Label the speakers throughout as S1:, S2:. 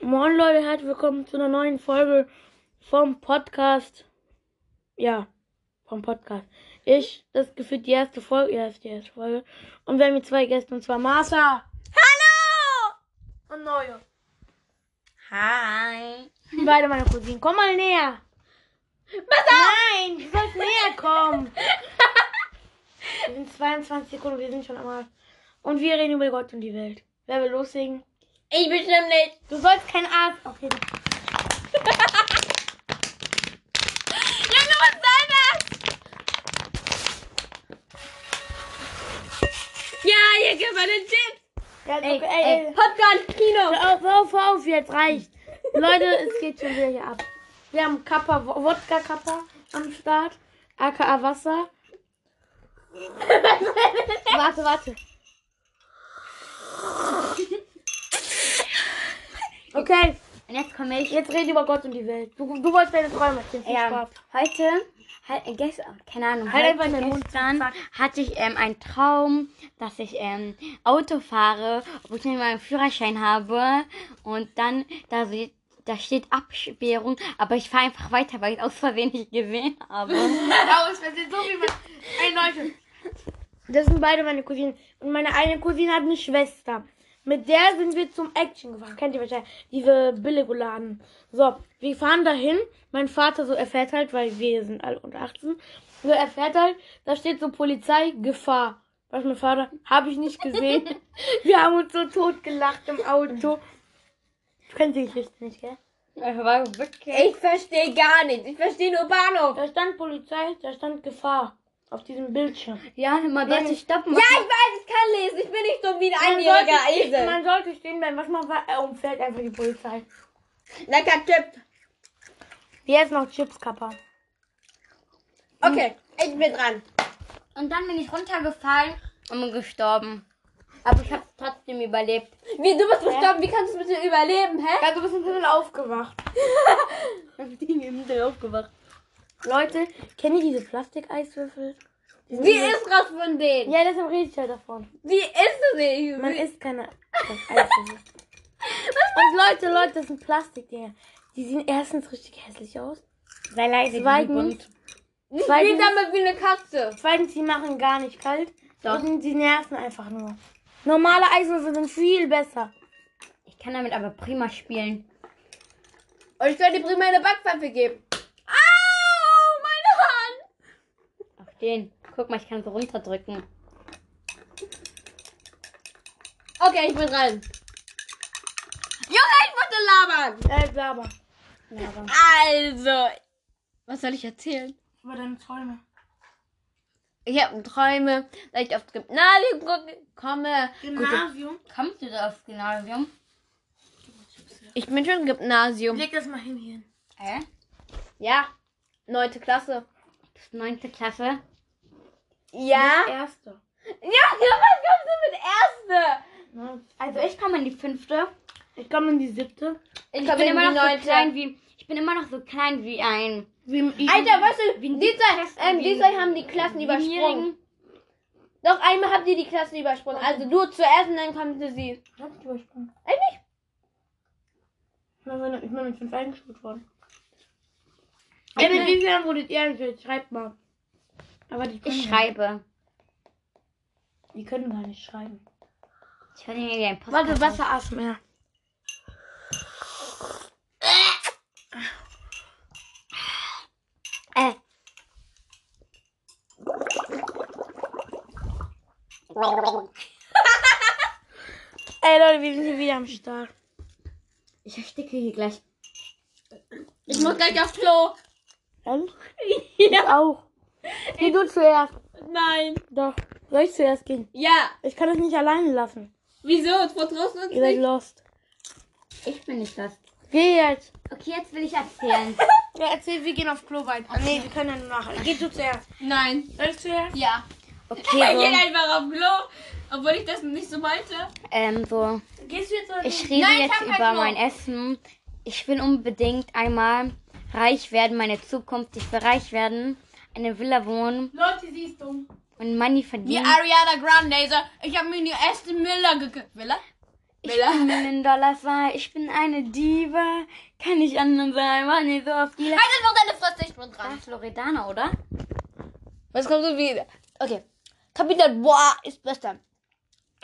S1: Moin Leute, herzlich willkommen zu einer neuen Folge vom Podcast. Ja, vom Podcast. Ich, das ist gefühlt die erste Folge, ja, ist die erste Folge. Und wir haben hier zwei Gäste, und zwar Martha
S2: Hallo!
S1: und Noyo.
S2: Hi!
S1: Beide meine Cousinen. Komm mal näher.
S2: Was
S1: Nein, du sollst näher kommen. Wir sind 22 Sekunden, wir sind schon einmal. Und wir reden über Gott und die Welt. Wer will loslegen?
S2: Ich bestimmt nicht.
S1: Du sollst kein Arzt. Okay, du
S2: Junge, was soll das? Ja, hier gibt man den Chip.
S1: Ja,
S2: Ey,
S1: okay, ey,
S2: äh.
S1: ey.
S2: Popcorn, Kino.
S1: Hör auf, hör auf, hör auf, jetzt reicht. Leute, es geht schon wieder hier ab. Wir haben Kappa, Wo- Wodka Kappa am Start, aka Wasser. warte, warte. Okay,
S2: Und jetzt komme ich.
S1: jetzt reden wir über Gott und die Welt. Du, du wolltest deine Träume erzählen. Viel
S2: Ja,
S1: Spaß.
S2: heute, halt, äh, gestern, keine Ahnung,
S1: Halt
S2: heute,
S1: einfach deinen Mund
S2: gestern
S1: zack.
S2: hatte ich ähm, einen Traum, dass ich ähm, Auto fahre, obwohl ich nicht mal einen Führerschein habe und dann, da, se- da steht Absperrung, aber ich fahre einfach weiter, weil ich es aus Versehen nicht gesehen habe.
S1: Aus Versehen, so wie man. Ey, Leute. Das sind beide meine Cousinen. Und meine eine Cousine hat eine Schwester. Mit der sind wir zum Action gefahren. Kennt ihr wahrscheinlich? Diese Billigoladen. So, wir fahren dahin. Mein Vater so erfährt halt, weil wir sind alle unter 18. So erfährt halt, da steht so Polizei, Gefahr. Was mein Vater, habe ich nicht gesehen. wir haben uns so tot gelacht im Auto. Du kennst die Geschichte nicht, gell?
S2: Ich verstehe gar nichts, ich verstehe nur Bahnhof.
S1: Da stand Polizei, da stand Gefahr. Auf diesem Bildschirm.
S2: Ja, man
S1: Nee,
S2: sollte
S1: nicht.
S2: stoppen.
S3: Ja, ich weiß, ich kann lesen. Ich bin nicht so wie ein
S1: Man
S3: einjähriger
S1: sollte stehen-
S3: Esel.
S1: Man sollte stehen bleiben. Was man war, er umfällt einfach die Polizei.
S3: Lecker Chip.
S1: Hier ist noch Chipskapper.
S3: Okay, ich bin dran.
S2: Und dann bin ich runtergefallen und bin gestorben. Aber ich habe trotzdem überlebt.
S3: Wie, du bist gestorben. Wie kannst du bitte überleben, hä?
S1: Ja, du bist ein bisschen aufgewacht.
S2: Ich bin aufgewacht.
S1: Leute, kennt ihr diese Plastikeiswürfel? Die sind
S3: Wie
S1: so-
S3: ist das von denen?
S1: Ja, deshalb rede ich halt davon.
S3: Wie ist es nicht?
S1: Man
S3: Wie-
S1: isst keine Eiswürfel. Und Leute, Leute, das sind Plastikdinger. Die sehen erstens richtig hässlich aus.
S2: Sei leise,
S1: Zweitens,
S3: Ich bin
S1: zweitens-
S3: damit wie eine Katze.
S1: zweitens, die machen gar nicht kalt.
S2: Doch.
S1: Und die nerven einfach nur. Normale Eiswürfel sind viel besser.
S2: Ich kann damit aber prima spielen.
S3: Und ich soll dir prima eine Backpfeife geben. Au, meine Hand.
S2: Auf den. Guck mal, ich kann so runterdrücken.
S3: Okay, ich bin dran. Junge, ich musste labern.
S1: Äh, aber.
S2: Ja, aber
S3: Also, was soll ich erzählen?
S1: Über deine Träume.
S3: Ich habe Träume, dass ich aufs Gymnasium gucke- komme.
S1: Gymnasium.
S2: kommst du da aufs Gymnasium?
S3: Ich bin schon im Gymnasium.
S1: Leg das mal hin hier.
S2: Hä?
S3: Ja, neunte Klasse.
S2: Das ist neunte Klasse.
S1: Ah.
S3: Ja.
S1: Erste.
S3: Ja, was kommst du mit erste?
S2: Also ich komme in die fünfte.
S1: Ich komme in die siebte.
S3: Ich
S2: Ich
S3: komme
S2: bin
S3: in
S2: immer
S3: die
S2: noch so klein
S3: neunte.
S2: wie. Ich bin immer noch so klein wie ein.
S1: Wie im I-
S3: Alter, weißt du,
S2: Wie ein
S3: die zwei,
S2: Klassen-
S3: ähm,
S2: wie
S3: die
S2: ein-
S3: zwei haben die Klassen übersprungen. Doch einmal habt ihr die Klassen übersprungen. Also du zuerst und dann kommt sie.
S1: Ich hab nicht übersprungen.
S3: Eigentlich?
S1: Ich bin ich bin mit fünf eingeschult worden.
S2: Ich
S1: Ey, mit
S2: bin-
S1: wie vielen wurdet ihr eingeschult? Schreibt mal. Aber die können
S2: Ich
S1: ja-
S2: schreibe.
S1: Die können gar nicht schreiben.
S2: Ich höre mir den Post.
S1: Warte, Wasser ASMR.
S2: Äh.
S1: Ey Leute, wir sind hier wieder am Start.
S2: Ich ersticke hier gleich.
S3: Ich muss gleich aufs Klo.
S1: Ehrlich? Ich auch. Geh du zuerst.
S3: Nein.
S1: Doch. Soll ich zuerst gehen?
S3: Ja.
S1: Ich kann das nicht alleine lassen.
S3: Wieso? Vertraust du uns
S1: Ihr seid
S3: nicht?
S1: lost.
S2: Ich bin nicht das.
S1: Geh jetzt.
S2: Okay, jetzt will ich erzählen.
S1: Ja, erzähl, wir gehen auf Klo weiter. Nee, wir können ja nur nachher. Geh du zuerst.
S3: Nein.
S1: Soll ich zuerst?
S3: Ja.
S2: Okay,
S3: Geht
S2: so,
S3: einfach aufs Klo. Obwohl ich das nicht so meinte.
S2: ähm, so.
S1: Gehst du jetzt oder
S2: Ich rede
S3: Nein, ich
S2: jetzt
S3: hab keinen
S2: über
S3: Bock.
S2: mein Essen. Ich will unbedingt einmal reich werden, meine Zukunft. Ich will reich werden, eine Villa wohnen
S1: Leute, sie ist dumm.
S2: und Money
S3: Wie
S2: verdienen.
S3: Ariana Grande. so, Ich habe mir die erste Miller gekauft. Miller?
S2: Ich
S3: Miller.
S2: bin ein Dollarfall, ich bin eine Diva. Kann ich anderen sein, war nicht so auf die...
S3: Halt einfach deine Fresse, ich bin
S2: Das
S3: dran.
S2: ist Loredana, oder?
S3: Ah. Was kommt so wieder? Okay. Kapitel Boah ist besser.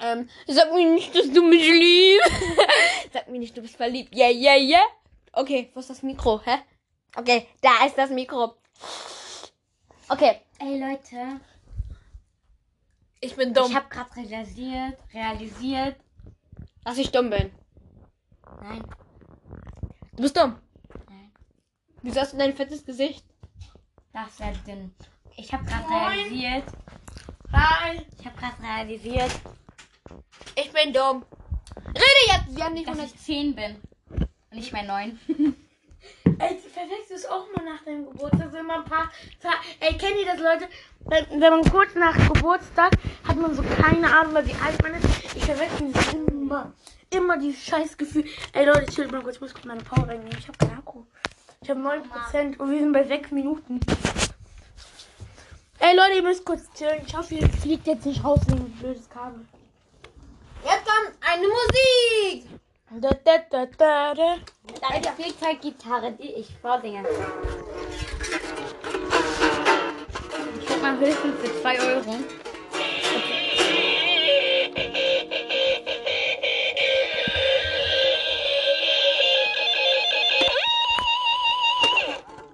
S3: Ähm, sag mir nicht, dass du mich liebst. sag mir nicht, du bist verliebt. Yeah, yeah, yeah. Okay, wo ist das Mikro, hä? Okay, da ist das Mikro. Okay.
S2: Ey, Leute.
S3: Ich bin
S2: Ich habe gerade realisiert, realisiert.
S3: dass ich dumm bin.
S2: Nein,
S3: Du bist dumm.
S2: Nein.
S3: Wieso hast du dein fettes Gesicht?
S2: das wäre dünn. Ich habe gerade realisiert,
S3: Hi.
S2: ich habe gerade realisiert,
S3: Ich bin dumm. Rede jetzt, wir haben nicht
S2: dass
S3: 100.
S2: ich 10 bin. Und nicht mehr 9.
S1: Ey, du verwechselst es auch mal nach deinem Geburtstag. So immer ein paar Ta Ey, kennt ihr das, Leute? Wenn, wenn man kurz nach Geburtstag hat man so keine Ahnung mehr, wie alt man ist. Ich verwechsel das immer. Immer dieses Scheißgefühl. Ey, Leute, chillt mal kurz. Ich muss kurz meine Power reinnehmen. Ich habe keinen Akku. Ich habe 9% und wir sind bei 6 Minuten. Ey, Leute, ihr müsst kurz chillen. Ich hoffe, ihr fliegt jetzt nicht raus wegen dem blödes Kabel.
S3: Jetzt kommt eine Musik.
S1: Da, da, da, da, da.
S2: Dann spielt halt Gitarre, die ich vorsinge. Ich würde mal höchstens für 2 Euro.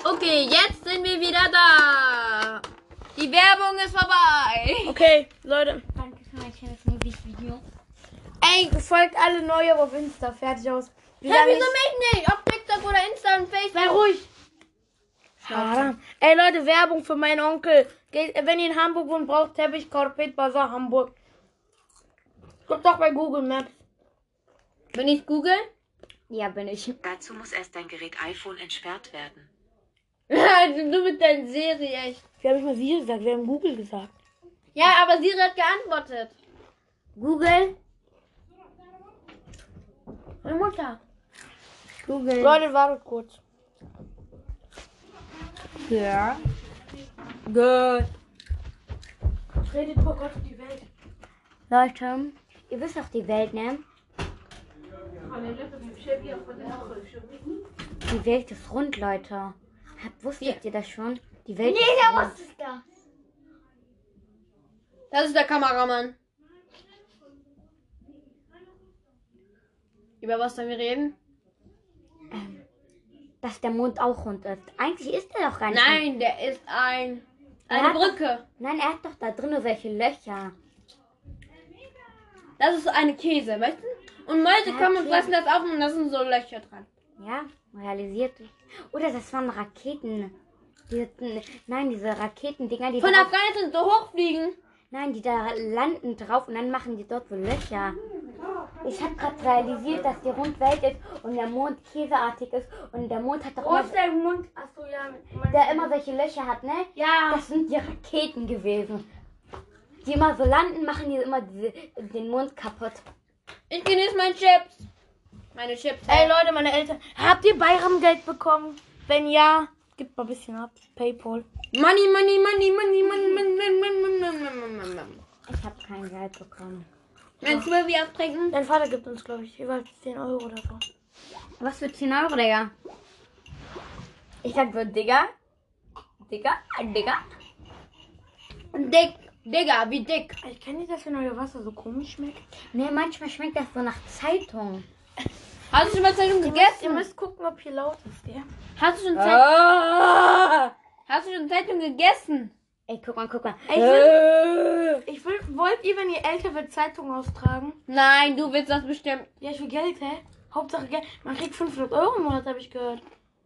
S3: Okay, jetzt sind wir wieder da. Die Werbung ist vorbei.
S1: Okay, Leute.
S2: Danke für mein schönes Musikvideo.
S1: Ey, folgt alle Neue auf Insta. Fertig aus.
S3: Hey, wieso mich nicht? Auf TikTok oder Insta und Facebook.
S1: Sei ruhig. Haram. Ey Leute, Werbung für meinen Onkel. Geht, wenn ihr in Hamburg wohnt, braucht Teppich, Korpet, Bazaar, Hamburg. Guckt doch bei Google Maps.
S3: Wenn ich google?
S2: Ja, bin ich.
S4: Dazu muss erst dein Gerät iPhone entsperrt werden.
S3: Also du mit deinen Siri, echt.
S1: Wie habe ich mal Siri gesagt? Wir haben Google gesagt.
S3: Ja, aber Siri hat geantwortet.
S1: Google?
S3: Meine Mutter.
S2: Google.
S1: Leute, wartet kurz.
S2: Ja. Good.
S1: Redet vor Gott die Welt.
S2: Leute, ihr wisst doch die Welt, ne? Die Welt ist rund, Leute. Hab, wusstet ihr das schon? Die Welt ist rund.
S3: Das ist der Kameramann. Über was sollen wir reden?
S2: Dass der Mond auch rund ist. Eigentlich ist er doch gar nicht rund.
S3: Nein, der ist ein...
S2: Er
S3: Eine
S2: hat doch-
S3: Brücke.
S2: Nein, er hat doch da drin nur solche Löcher.
S3: Das ist so eine Käse, weißt du? Und Mäuse
S2: Ja,
S3: kommen und
S2: Käse.
S3: fressen das auf und da sind so Löcher dran.
S2: Ja, realisiert. Oder das waren Raketen. Die, nein, diese Raketendinger, die
S3: Von
S2: darauf,
S3: Afghanistan so hochfliegen.
S2: nein, die da landen drauf und dann machen die dort so Löcher. Ich habe gerade realisiert, dass die Rundwelt ist und der Mond käseartig ist und der Mond hat doch
S1: Wo
S2: immer,
S1: ist der Mund? Achso, ja.
S2: der immer solche Löcher hat, ne?
S1: Ja.
S2: Das sind die Raketen gewesen. Die immer so landen, machen die immer diese, den Mond kaputt.
S3: Ich genieße meine Chips. Meine Chips.
S1: Ey Leute, meine Eltern. Habt ihr Bayram-Geld bekommen? Wenn ja, gebt mal ein bisschen ab. Paypal.
S3: Money, money, money, money, money, money, money, money, money, money, money, money.
S2: Ich habe kein Geld bekommen.
S3: Willst du mal wie abtrinken?
S1: Dein Vater gibt uns, glaube ich, jeweils 10 Euro oder so.
S2: Was für 10 Euro, Digga? Ich sag so, Digga. Digga, Digga.
S3: Dick. Digga, wie dick.
S1: Ich kenne nicht, dass wenn euer Wasser so komisch schmeckt.
S2: Nee, manchmal schmeckt das so nach Zeitung.
S3: Hast du schon mal Zeitung
S1: Ihr
S3: gegessen?
S1: müsst gucken, ob hier laut ist, ja?
S3: Hast du schon Zeitung,
S2: Ah!
S3: hast du schon Zeitung gegessen?
S2: Ey, guck mal, guck mal.
S1: Ich will, ich will, wollt ihr, wenn ihr älter wird, Zeitungen austragen?
S3: Nein, du willst das bestimmt.
S1: Ja, ich will Geld, hä? Hauptsache Geld. Man kriegt 500 Euro im Monat, habe ich gehört.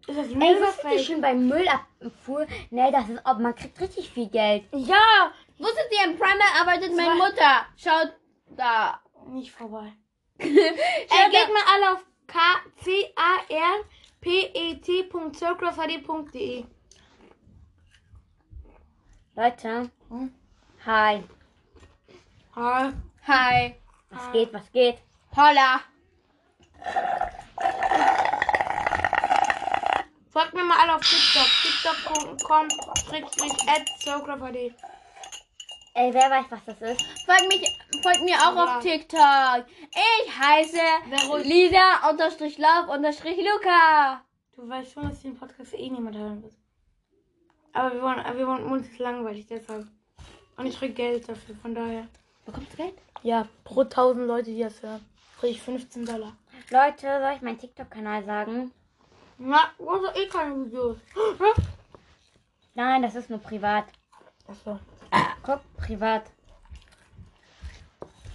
S1: Ist das
S2: Ey,
S1: mega
S2: was ist
S1: fake?
S2: schon beim Müllabfuhr? Nee, das ist, ob man kriegt richtig viel Geld.
S1: Ja!
S3: Wusstet ihr, im Primer arbeitet meine
S1: Zwei-
S3: Mutter. Schaut da.
S1: Nicht vorbei.
S3: Checker.
S1: Ey, geht mal alle auf k c a r p e t.circlefhd.de
S2: Leute. Hi.
S1: Ah,
S3: Hi.
S2: Was geht, was geht?
S3: Holla.
S1: Folgt mir mal alle auf TikTok. TikTok.com schrägstrich at circlefhd.
S2: Ey, wer weiß, was das ist?
S3: Folgt mich, Folgt mir auch auf TikTok. Ich heiße Lisa unterstrich Love unterstrich Luca.
S1: Du weißt schon, dass den Podcast eh niemand hören wird. Aber wir wollen, wir wollen uns ist langweilig deshalb. Und ich krieg Geld dafür, von daher.
S2: Bekommst du Geld?
S1: Ja, pro 1000 Leute, die das hören, krieg ich 15 Dollar.
S2: Leute, soll ich meinen TikTok-Kanal sagen?
S1: Na, du hast doch eh keine Videos.
S2: Nein, das ist nur privat.
S1: Achso.
S2: Guck, privat.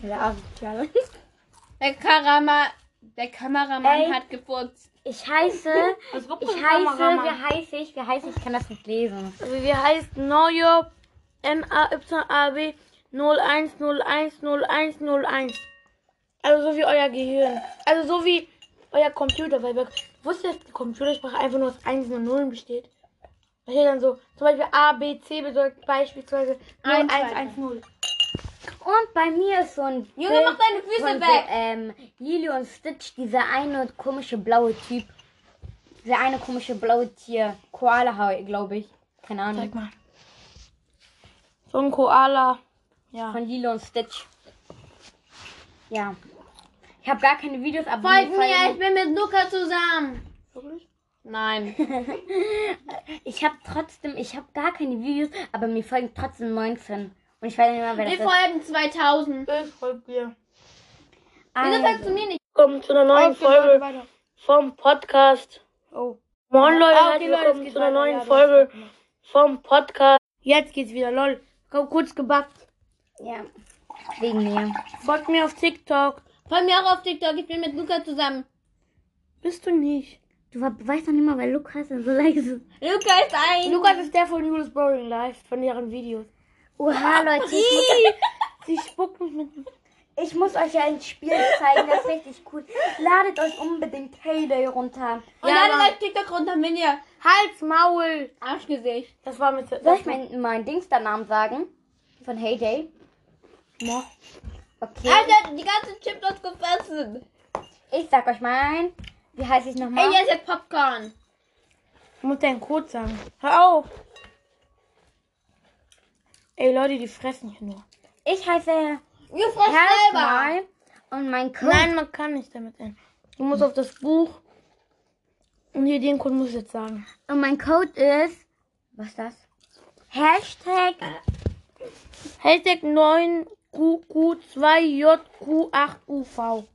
S2: Diese Asoziale.
S3: Der, Karama, der Kameramann
S2: Ey.
S3: hat gefurzt.
S2: Ich heiße,
S1: Was guckt
S2: ich
S1: man
S2: heiße,
S1: mit Kameramann?
S2: wie heiße ich, wie heiße ich, ich kann das nicht lesen.
S1: Also wir heißen Neujob M-A-Y-A-B 01010101. Also so wie euer Gehirn. Also so wie euer Computer, weil wir wusste, dass die Computersprache einfach nur aus Einsen und Nullen besteht. Da steht dann so, zum Beispiel A, B, C bedeutet beispielsweise 0110.
S2: Und bei mir ist so ein
S3: Junge, mach deine Füße
S2: von so,
S3: weg.
S2: ähm, Lilo und Stitch, dieser eine komische blaue Typ. Dieser eine komische blaue Tier. Koala, glaube ich. Keine Ahnung.
S1: Zeig mal. So ein Koala. Ja.
S2: Von Lilo und Stitch. Ja. Ich habe gar keine Videos, aber
S3: Folgt
S2: mir
S3: mir, ich
S2: fallen-
S3: bin mit Luca zusammen.
S1: Wirklich?
S3: Nein.
S2: ich habe trotzdem, ich habe gar keine Videos, aber mir folgen trotzdem 19. Und ich weiß nicht mal, wer das
S3: Wir
S2: ist.
S3: folgen 2000.
S1: Ich folge dir.
S3: Wieso
S2: Also.
S3: folgst du mir nicht?
S1: Willkommen zu einer neuen Folge vom Podcast.
S3: Oh.
S1: Moin Leute,
S3: Ah,
S1: herzlich
S3: okay, Leute, es
S1: willkommen
S3: geht
S1: zu einer
S3: weiter.
S1: neuen
S3: Ja, das
S1: Folge vom Podcast. Jetzt geht's wieder, lol. Komm, kurz gebackt.
S2: Ja. Wegen mir.
S1: Folgt mir auf TikTok.
S3: Folgt mir auch auf TikTok, ich bin mit Luca zusammen.
S1: Bist du nicht?
S2: Du we- weißt doch nicht mal, wer Lukas ist, so leise.
S3: Luca ist ein.
S1: Lukas ist der von Julius Browning Live, von ihren Videos.
S2: Oha, Leute, ich muss,
S1: Sie spuckt mich mit.
S2: ich muss euch ja ein Spiel zeigen, das ist richtig cool. Ladet euch unbedingt Payday runter.
S3: Und
S1: Ja,
S3: ladet
S1: Mann.
S3: euch TikTok runter, wenn ihr
S1: Hals, Maul!
S3: Arschgesicht.
S1: Das war mit.
S2: Soll ich mein, mein Dingsternamen sagen? Von Heyday?
S1: Ja.
S2: Okay.
S3: Alter, die ganzen Chips hast gefressen.
S2: Ich sag euch mein. Wie heiße ich nochmal?
S3: Ey, hier ist jetzt Popcorn.
S1: Ich muss deinen Code sagen. Hör auf! Ey Leute, die fressen hier nur.
S2: Ich heiße
S3: Ihr frisst selber.
S2: Herzmal. Und mein Code.
S1: Nein, man kann nicht damit enden. Du musst auf das Buch. Und hier den Code muss ich jetzt sagen.
S2: Und mein Code ist. Was ist das? Hashtag.
S1: Hashtag 9QQ2JQ8UV.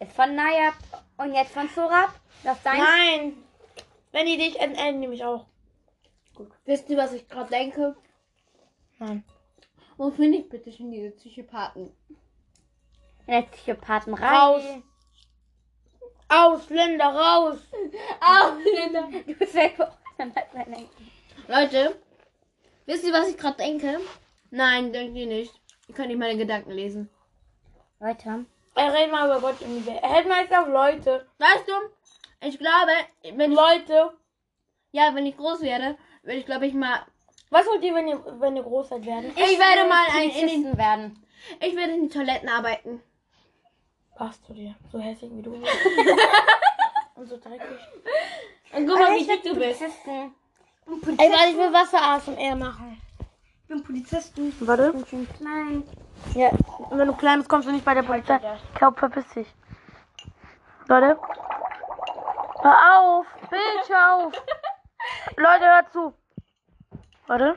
S2: Ist von Nayab. Und jetzt von Sorab. Das ist dein.
S1: Nein! Wenn die dich entenden, nehme ich auch.
S3: Wisst ihr, was ich gerade denke?
S1: Nein.
S3: Wo finde ich bitte schon diese Psychopathen?
S2: Jetzt Psychopathen
S1: Raus.
S2: raus.
S1: Ausländer raus!
S3: Au, Linda.
S2: Du bist weg. Dann halt mein Leben.
S3: Leute, wisst ihr, was ich gerade denke? Nein, denkt ihr nicht. Ihr könnt nicht meine Gedanken lesen.
S2: Leute.
S1: Ey, red mal über Gott und die Welt. Red mal jetzt auf Leute.
S3: Weißt du, ich glaube, wenn ich,
S1: Leute.
S3: ja, wenn ich groß werde, werde ich, glaube ich, mal...
S1: Was wollt ihr, wenn ihr, wenn ihr groß seid werden?
S3: Ich, werde mal ein, in den,
S2: Polizisten werden.
S3: ich werde in den Toiletten arbeiten.
S1: Passt zu dir. So hässlich wie du bist. und so dreckig.
S3: Und guck mal, wie
S2: Ich
S3: dick
S2: werde
S3: du bist.
S2: Polizisten.
S1: Ey, warte, ich will Wasser ASMR machen.
S2: Ich bin Polizisten.
S1: Warte.
S2: Ich bin klein. Halt
S1: Ja. Und wenn du klein bist, kommst du nicht bei der Polizei. Kaum verpiss dich. Leute. Hör auf! Bild, hör auf! Leute, hör zu! Warte.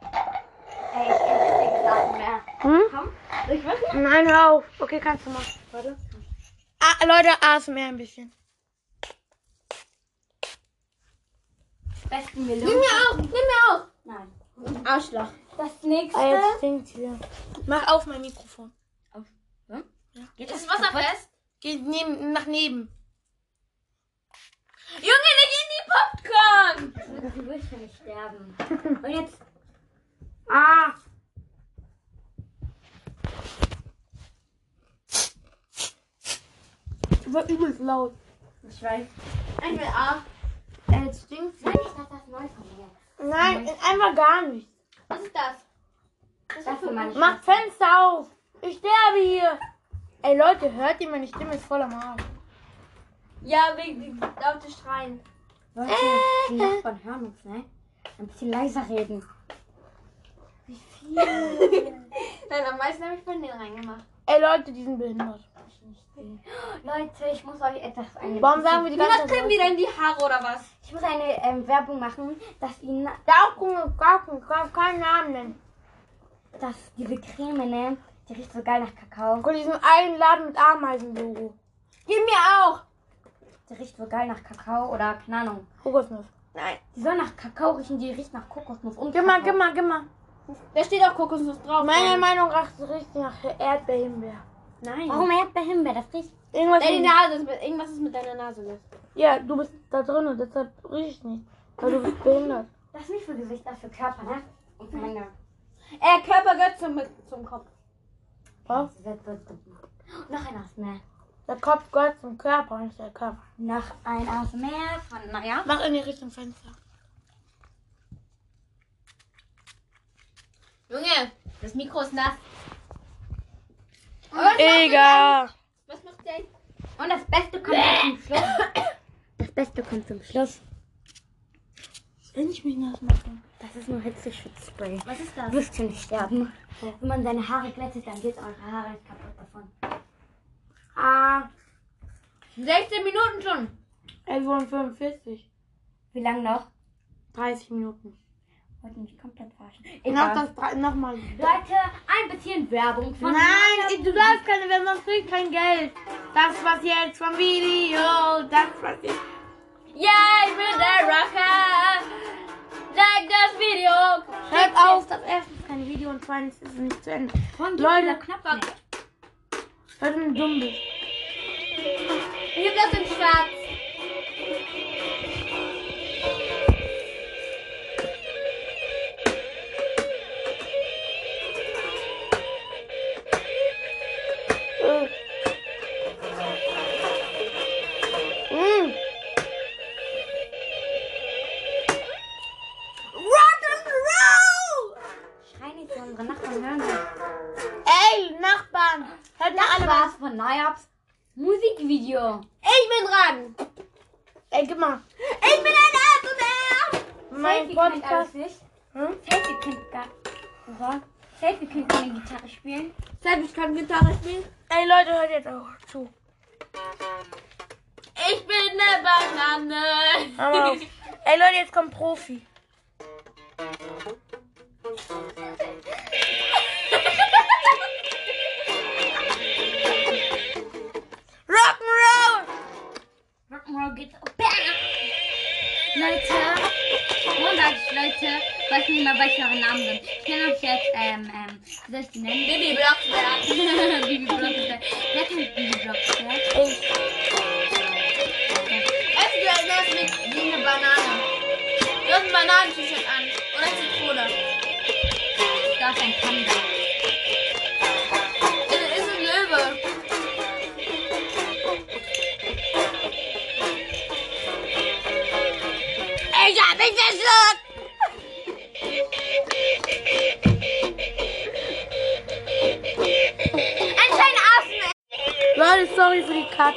S2: Ey, ich kann richtig Sachen mehr.
S1: Hm?
S2: Komm. Soll ich machen?
S1: Nein, hör auf. Okay, kannst du machen. Warte. Ah, Leute, ASMR ein bisschen.
S2: Besten
S3: Nimm
S2: Melon.
S3: mir auf, nimm mir auf.
S2: Nein.
S3: Arschloch.
S2: Das nächste.
S1: Ah, jetzt stinkt hier. Mach auf mein Mikrofon.
S2: Geht
S3: Ist wasserfest?
S1: Geh neben, nach neben.
S3: Junge, nicht in die Popcorn!
S2: Ich würde für mich sterben. Und jetzt.
S1: Ah! War übelst laut.
S2: Ich weiß.
S3: Ich will A.
S1: Äh, jetzt stinkt
S2: Nein, ich dachte, das ist neu von mir.
S1: Nein, einfach gar nicht.
S3: Was ist das?
S2: Das ist für meine
S1: Mach Fenster auf! Ich sterbe hier! Ey Leute, hört ihr meine Stimme ist voll am Arsch.
S3: Ja, wegen laute Schreien. Äh,
S2: Leute, die Nachbarn hören uns, ne? Ein bisschen leiser reden. Nein, am meisten habe ich von denen reingemacht.
S1: Ey Leute, die sind behindert.
S2: Leute, ich muss euch etwas eine.
S1: Warum sagen wir die ganze
S2: Niemand
S1: Zeit
S2: kriegen wir denn die Haare oder was? Ich muss eine ähm, Werbung machen, dass ihnen,
S1: Da auch gucken, gar keinen- gar keinen Namen nennen.
S2: dass diese Creme, ne, die riecht so geil nach Kakao.
S1: Guck, diesen einen Laden mit Ameisenlogo.
S2: Gib mir auch! Die riecht so geil nach Kakao oder keine Ahnung.
S1: Kokosnuss.
S2: Nein. Die soll nach Kakao riechen, die riecht nach Kokosnuss und
S1: Gib mal,
S2: Kakao.
S1: gib mal, gib mal.
S3: Da steht auch Kokosnuss drauf.
S1: Meiner Meinung nach riecht die nach Erdbeer, Himbeer.
S3: Nein.
S2: Warum Erdbeer-Himbeer? Das riecht
S1: Irgendwas
S3: Deine
S1: mit-
S3: Nase ist mit, irgendwas ist mit deiner Nase los.
S1: Ja, du bist da drin und deshalb riech ich nicht. Weil du bist behindert.
S2: Das ist nicht für Gesicht, das ist für Körper, ne? Und Männer.
S3: Äh, Körper gehört zum, zum Kopf.
S1: Was?
S2: Noch ein Ass mehr.
S1: Der Kopf gehört zum Körper und nicht der Körper.
S2: Noch ein Ass mehr von, naja.
S1: Mach in die Richtung Fenster.
S3: Junge, das Mikro ist nass.
S1: Egal.
S3: Was macht der?
S2: Und das Beste kommt jetzt zum Schluss. Das Beste kommt zum Schluss.
S1: Wenn ich mich nass mache.
S2: Das ist nur Hitzeschutzspray.
S3: Was ist das?
S2: Du wirst schon nicht sterben. Wenn man seine Haare glättet, dann geht eure Haare kaputt davon.
S1: Ah,
S3: 16 Minuten schon.
S1: 11.45
S2: Wie lange noch?
S1: 30 Minuten.
S2: Wollte mich komplett verarschen.
S1: Ich mach das drei- nochmal.
S2: Leute, ein bisschen Werbung von
S1: Nein, du darfst keine, wenn man kriegt kein Geld. Das was jetzt vom Video. Das was jetzt.
S3: Ja, ich bin der Rocker. Like das Video.
S1: Hört auf, das erste ist kein Video und zweitens ist es nicht zu Ende.
S2: von
S1: Leute.
S2: Knopf.
S1: Hört mir dumm bist.
S3: Gib das in schwarz.
S1: Äh. Mm.
S2: Schrei nicht zu unseren Nachbarn hören. Das
S1: Ey, Nachbarn! Hört mal alle was.
S2: war's von Nayabs Musikvideo.
S1: Ich bin dran! Ey, gib mal.
S2: Ich bin ein Abwehr!
S1: Mein Podcast.
S2: nicht.
S1: Hm?
S2: Safety kennt gar nicht. Safety kennt keine Gitarre spielen.
S1: Selbst kann Gitarre spielen. Ey, Leute, hört jetzt auch zu.
S3: Ich bin eine Banane.
S1: Hör mal auf. Ey, Leute, jetzt kommt Profi. Rock'n'Roll!
S2: Rock'n'Roll geht's. Bam! Leute, und sag ich Leute, weiß nicht mehr, welche eure Namen sind. Ich nenne euch jetzt, ähm, ähm, wie soll ich die nennen?
S3: Bibi Blocksberg.
S2: Bibi Blocksberg. Wer kennt Bibi Blocksberg?
S1: Ich.
S3: Esse du ein Nest mit wie eine Banane. Du hast ein Bananen-T-Shirt an. Oder Zitrone.
S2: Da ist ein Panda.
S3: Es ist ein Löwe.
S1: Leute, sorry für die Cut.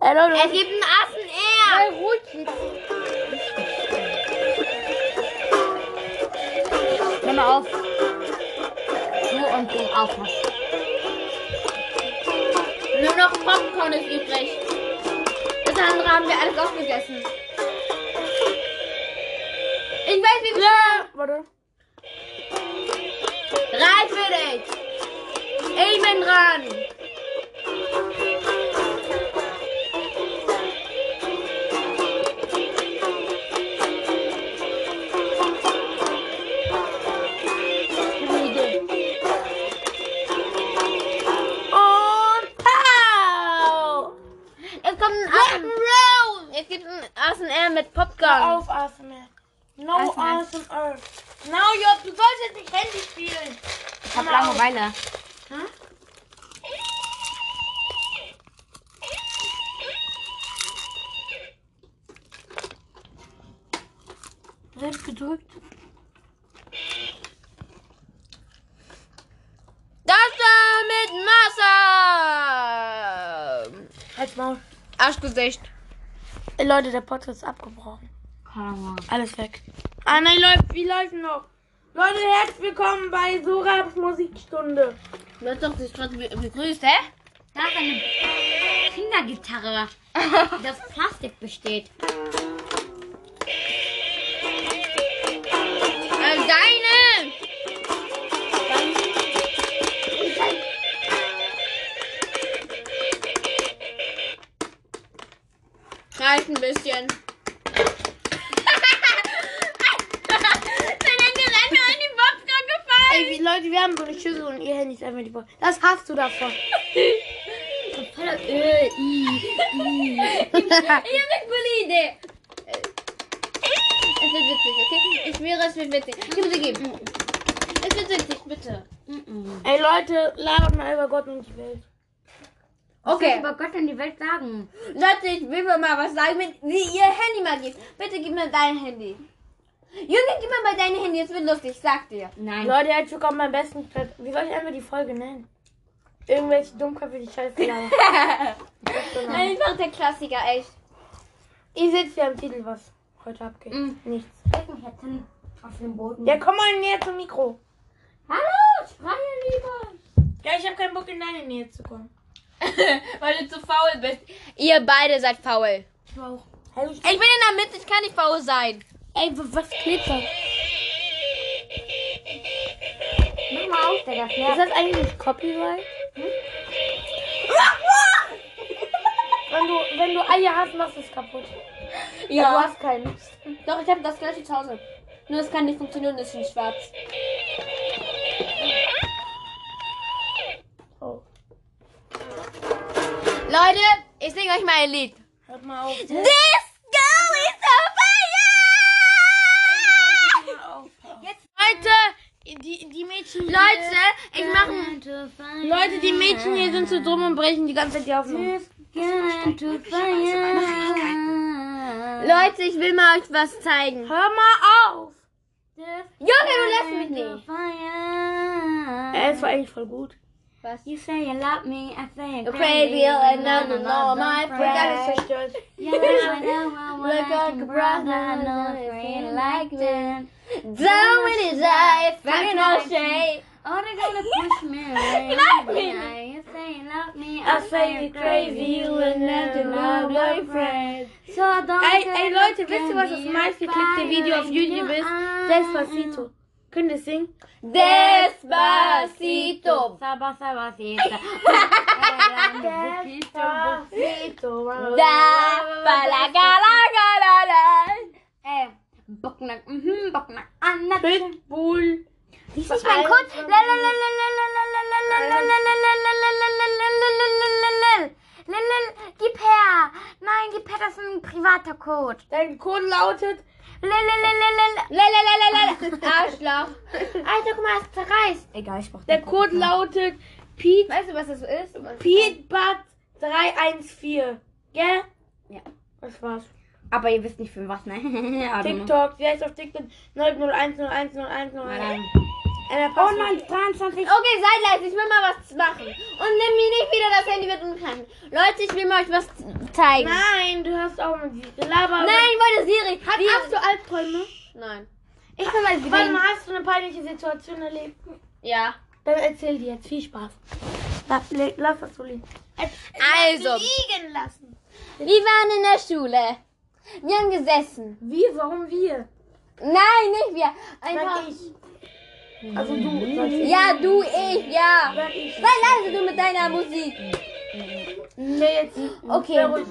S1: Ey, Leute.
S3: Es gibt einen Affen eher.
S1: Sei ruhig jetzt.
S2: Hör mal auf. Nur und den aufpassen.
S3: Nur noch Popcorn ist übrig. Das andere haben wir alles aufgegessen. Ich weiß, wie viel.
S1: Warte.
S3: Bereit für dich. Ich bin dran.
S1: Und pow!
S3: Es kommt ein Affen. Rock'n'Roll. Es gibt einen Affen eher mit
S1: Hör
S3: Popcorn.
S1: auf, ASMR. No
S2: ASMR.
S1: ASMR. Now, Job, du sollst jetzt nicht Handy spielen.
S2: Ich hab Langeweile.
S1: Hm? Selbst gedrückt.
S3: Das da mit Masse.
S1: Halt's Maul.
S3: Arschgesicht.
S1: Ey, Leute, der Podcast ist abgebrochen.
S2: Komm mal.
S1: Alles weg. Ah! Ah nein, läuft, wie läuft noch? Leute, herzlich willkommen bei Sorabs Musikstunde.
S3: Du hast doch dich gerade be- begrüßt, hä?
S2: Da ist eine Kindergitarre, die aus Plastik besteht.
S3: Äh, deine! Reicht ein bisschen.
S1: Ey, wie, Leute, wir haben so eine Schüssel und ihr Handy ist einfach die Box. Das hast du davon.
S2: Voller Öl. I, I. Ich habe eine coole Idee.
S3: Es wird witzig, okay? Ich schwöre, es wird witzig. Gib sie, gib. Es wird witzig, bitte.
S1: Ey, Leute, labert mal über Gott und die Welt.
S2: Okay.
S3: Okay.
S2: Über Gott in die Welt sagen.
S3: Leute, ich will mir mal was sagen, wenn sie ihr Handy mal gibt. Bitte gib mir dein Handy. Junge, gib mir mal dein Handy, es wird lustig, sag dir.
S2: Nein.
S1: Leute, herzlich willkommen beim besten Chat. Wie soll ich einfach die Folge nennen? Irgendwelche Dummköpfe, die scheiße labern.
S3: Einfach der Klassiker, echt.
S1: ihr seht ja im Titel, was heute abgeht.
S2: Mm.
S1: Nichts.
S2: Steckenketten auf dem Boden.
S1: Ja, komm mal näher zum Mikro.
S2: Hallo, Sprache lieber.
S1: Ja, ich habe keinen Bock, in deine Nähe zu kommen.
S3: Weil du zu faul bist. Ihr beide seid faul.
S1: Ich auch. Hallo,
S3: Ich bin in der Mitte, ich kann nicht faul sein.
S1: Ey, w- was klebt da?
S2: Mach mal auf, Digga.
S1: Ist das eigentlich nicht Copyright? wenn, du, wenn du Eier hast, machst du es kaputt. Du hast keinen.
S3: Doch, ich habe das gleiche zu Hause. Nur es kann nicht funktionieren, es ist in schwarz.
S1: Oh.
S3: Leute, ich singe euch mal ein Lied.
S1: Hört mal auf.
S3: This girl is on fire!
S1: Leute, die, die Mädchen.
S3: Leute, ich mache ein
S1: Leute, die Mädchen hier sind zu dumm und brechen die ganze Zeit die Aufnahme.
S3: Leute, ich will mal euch was zeigen.
S1: Hör mal auf!
S3: Junge, du lässt mich nicht.
S1: Er ist eigentlich voll gut.
S3: Was?
S2: You say you love me, I say you're
S3: Crazy
S2: crazy,
S3: and none of all my
S1: Alles
S3: friends.
S1: zerstört.
S2: You know I know I
S3: Look
S2: like
S3: like a
S2: a
S3: brother,
S2: brother, I know
S3: if
S2: a
S3: you
S2: friend like
S3: like
S2: them.
S3: Down with his life, fucking all shade.
S2: Oh, they're gonna push me away.
S3: Like me.
S2: Yeah, You say you love me,
S1: I say you're crazy, you will never know my friend.
S2: So I don't
S1: Ey,
S2: care
S1: ey
S2: if
S1: Leute,
S2: you
S1: wisst ihr,
S2: can
S1: was
S2: be
S1: das
S2: a
S1: meistgeklickte
S2: fire
S1: Video auf
S2: in
S1: YouTube
S2: your
S1: ist?
S2: eyes.
S1: Despacito. Könnt ihr singen?
S3: Despacito.
S2: Saba, saba, sita.
S1: Despacito.
S3: Da, ba, la, ga, la, ga, la, la.
S2: Ey, Bocknack, mhm, Bocknack, Anna.
S1: Pitbull.
S2: Siehst du nicht meinen Kurs? La, la, la, la, la, la, la, la, la, la, la, la, la, la, la, la, la, la, la, la, la, la, la. La, la, gib her. Nein, gib her, das ist ein privater Code.
S1: Dein Code lautet.
S2: La, la, la, la, la, la.
S3: La, la, la, la, la, la. Arschloch.
S2: Alter, guck mal, es zerreißt. Egal, ich brauch
S1: Der Code lautet Pete,
S3: Weißt du, was das ist?
S1: Pete Butt 314. Gell?
S2: Ja.
S1: Das war's.
S2: Aber ihr wisst nicht, für was, ne? Aber-
S1: TikTok, wer ist auf TikTok? 901010101.
S2: Nein.
S1: Oh nein, 23.
S3: Okay, seid leise, ich will mal was machen. Und nimm mir nicht wieder das Handy mit umkranken. Leute, ich will mal euch was zeigen.
S1: Nein, du hast auch mit Siri gelabert.
S3: Nein, ich wollte Siri.
S1: Hat,
S3: Siri.
S1: hast du Albträume?
S3: Nein.
S1: Ich will mal Siri. Warte mal, hast du eine peinliche Situation erlebt?
S3: Ja.
S1: Dann erzähl dir jetzt. Viel Spaß. Lass, le- lass das so liegen.
S3: Also,
S1: Liegen lassen.
S3: wir waren in der Schule. Wir haben gesessen.
S1: Wie? Warum wir?
S3: Nein, nicht wir.
S1: Sag
S3: Einfach.
S1: ich. Also du. sollst-
S3: Ja, du, ich, ja.
S1: Sag ich.
S3: Sei leise, du mit deiner Musik.
S1: Nee, jetzt.
S3: Okay.
S1: Sei ruhig.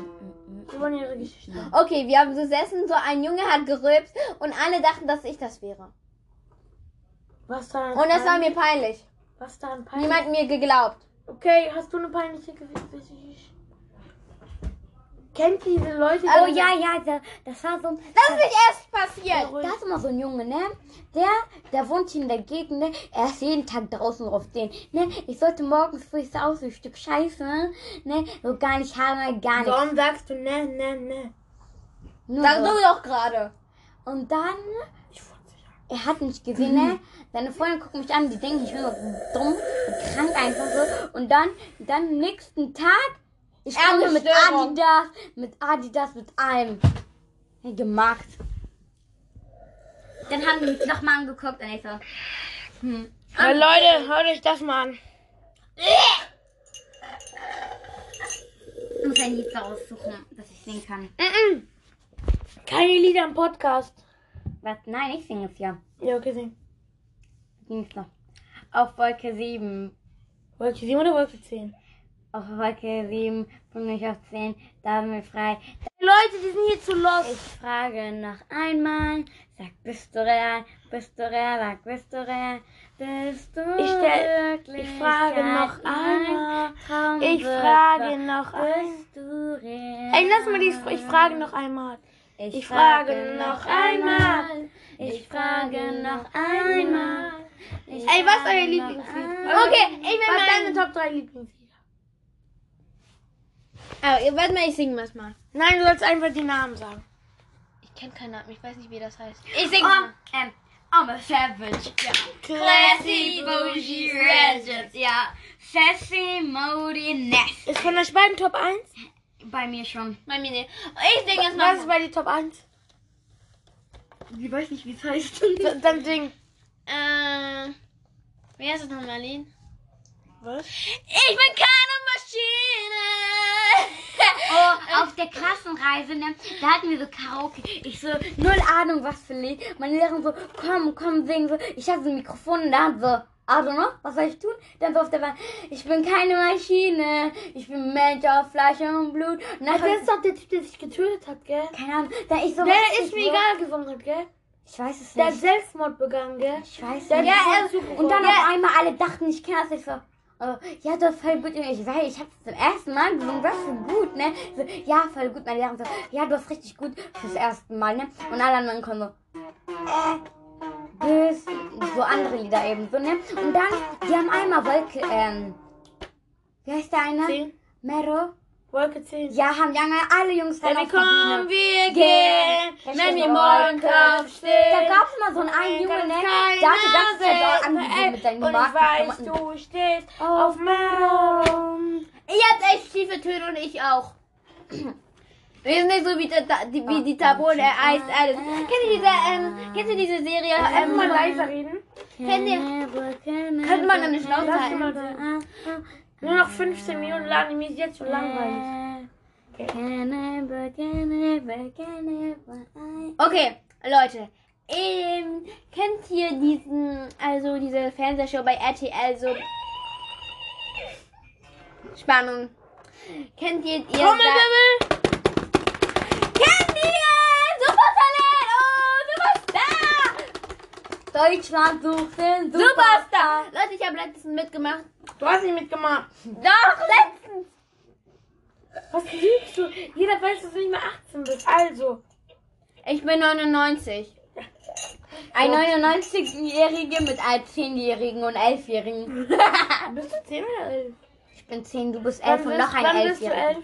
S1: Wir wollen ihre Geschichte.
S3: Okay, wir haben gesessen, so ein Junge hat gerülpst und alle dachten, dass ich das wäre.
S1: Was da?
S3: Und das war mir peinlich.
S1: Was da ein peinlich?
S3: Niemand hat mir geglaubt.
S1: Okay, hast du eine peinliche Geschichte? Kennt ihr diese Leute?
S2: Oh
S1: die-
S2: ja, ja, da- das war so ein.
S3: Also, Das ist nicht erst passiert.
S2: Da ist immer so ein Junge, ne? Der, der wohnt hier in der Gegend, ne? Er ist jeden Tag draußen auf den. Ne? Ich sollte morgens früh aus so ein Stück Scheiße, ne? So gar nicht Haare, gar nichts.
S1: Warum sagst du ne, ne, ne?
S2: Nur
S3: Sag
S2: so.
S3: du doch gerade.
S2: Und dann,
S1: Ich wollte dich an.
S2: er hat mich gesehen, ne? Seine Freunde gucken mich an, die denken, ich bin so dumm, krank einfach so. Und dann, dann am nächsten Tag, ich
S3: Er hat
S2: komme
S3: eine
S2: mit
S3: Störung.
S2: Adidas, mit Adidas, mit allem. Hey, gemacht. Dann haben die mich nochmal angeguckt und ich so. Hm.
S1: Na, Leute, hört euch das mal an.
S2: Ich muss ein Lied raussuchen, dass ich singen kann.
S1: Mhm. Keine Lieder im Podcast.
S2: Was? Nein, ich singe es ja.
S1: Ja, okay, sing.
S2: Ging es noch. Auf Wolke 7.
S1: Wolke 7 oder Wolke 10?
S2: Auf Wolke 7, von mich auf 10, da sind wir frei.
S1: Leute, die sind hier zu
S2: Ich
S1: lost.
S2: frage noch einmal. Sag, bist du real? Bist du real? Sag, bist du real? Bist du
S1: Ich stell-
S2: wirklich
S1: Ich frage noch
S2: kein
S1: einmal.
S2: Traum
S1: Ich
S2: wird
S1: frage
S2: wahr?
S1: noch einmal.
S2: Bist du real?
S1: Ey, lass mal die Ich frage noch einmal.
S2: Ich,
S1: Ich frage noch einmal.
S2: Ich frage noch einmal. Ich
S1: Ey, was ist
S2: frage
S1: euer
S2: noch
S1: Lieblingslied?
S3: Ah.
S2: einmal.
S1: ich will Was ist deine Top 3 Lieblingslieder?
S3: Aber Äh, ihr werdet mal, ich singe was mal.
S1: Nein, du sollst einfach die Namen sagen.
S3: Ich kenne keinen Namen, ich weiß nicht, wie das heißt.
S2: Ich sing.
S3: Oh.
S2: Um, ähm, I'm a savage, yeah. Classy, bougie, ratchet, yeah. Sassy, modi, nasty.
S1: Ist von euch beiden Top 1?
S2: Bei mir schon.
S3: Bei mir nicht. Ich singe
S1: Was
S3: jetzt mal.
S1: ist bei dir Top 1?
S2: Ich weiß nicht, wie es heißt.
S1: Dann sing.
S3: Äh, wie heißt das nochmal, Marlene?
S1: Was?
S3: Ich bin keine Maschine.
S2: Oh, auf der Klassenreise, ne, da hatten wir so Karaoke. Ich so, null Ahnung, was für ein Lied. Meine Lehrerin so, komm, komm, sing. So, ich hatte so ein Mikrofon in der Hand, so, I don't know, was soll ich tun? Dann so auf der Bahn, ich bin keine Maschine, ich bin Mensch auf Fleisch und Blut. Und dann,
S1: Das ist doch der Typ, der sich getötet hat, gell?
S2: keine Ahnung, da ich so,
S1: Der,
S2: was
S1: der ist
S2: ich
S1: mir
S2: so,
S1: egal gesungen hat, gell?
S2: Ich weiß es
S1: Der hat
S2: nicht.
S1: Selbstmord begangen, gell?
S2: Ich weiß es
S1: Der
S2: nicht.
S1: hat sich
S2: Und dann
S1: ja.
S2: auf einmal alle dachten, ich kenne das. Ich so, oh, ja, das ist voll gut. Und ich weiß, ich habe es zum ersten Mal gesungen. Das ist gut, ne? So, ja, voll gut. Meine Lehrerin so, ja, du hast richtig gut fürs erste Mal, ne? Und alle anderen kommen so, äh, bis, so andere Lieder eben so, ne? Und dann, die haben einmal Wolke, ähm, wie heißt der eine?
S1: Zehn.
S2: Mero?
S1: Wolke 10.
S2: Ja, haben die anderen alle Jungs dann
S1: Baby,
S2: auf die
S1: komm,
S2: Bühne.
S1: wir gehen, wenn wir morgen
S2: Da
S1: aufstehen.
S2: gab es mal so einen einen Jungen, ne? Der hatte ganz viel angegeben mit seinen
S1: Und ich weiß,
S2: Markenklamotten.
S1: du stehst auf Mom.
S3: Ihr habt echt schiefe Töne und ich auch. Wir sind nicht so wie, die Ta- die, wie die Tabone, er eist alles. Kennt ihr diese, ähm, kennt ihr diese Serie? Ähm,
S1: Einmal leiser reden.
S3: kennt ihr?
S2: Könnte
S3: Könnte man eine Schnauze
S1: Lass mal
S3: halten?
S1: sehen. Nur noch 15 Minuten lang, mir ist jetzt schon langweilig.
S3: Okay, Leute. Ähm, kennt ihr diesen, also diese Fernsehshow bei RTL so? Spannung. Kennt ihr ihr?
S1: Trommelwirbel!
S3: Kennt ihr? Supertalent! Oh, Superstar!
S2: Deutschland sucht den
S3: Superstar! Leute, ich habe letztens mitgemacht.
S1: Du hast nicht mitgemacht.
S3: Doch, letztens!
S1: Was lügst du? Jeder weiß, dass du nicht mehr 18 bist. Also,
S3: Ich bin 99.
S2: Ein 99-Jährige mit einem 10-Jährigen und 11-Jährigen.
S1: bist du 10 oder 11?
S2: Ich bin 10, du bist
S1: Wann
S2: 11 und
S1: bist-
S2: noch ein
S1: Wann bist du
S2: 11-Jähriger.
S1: 11?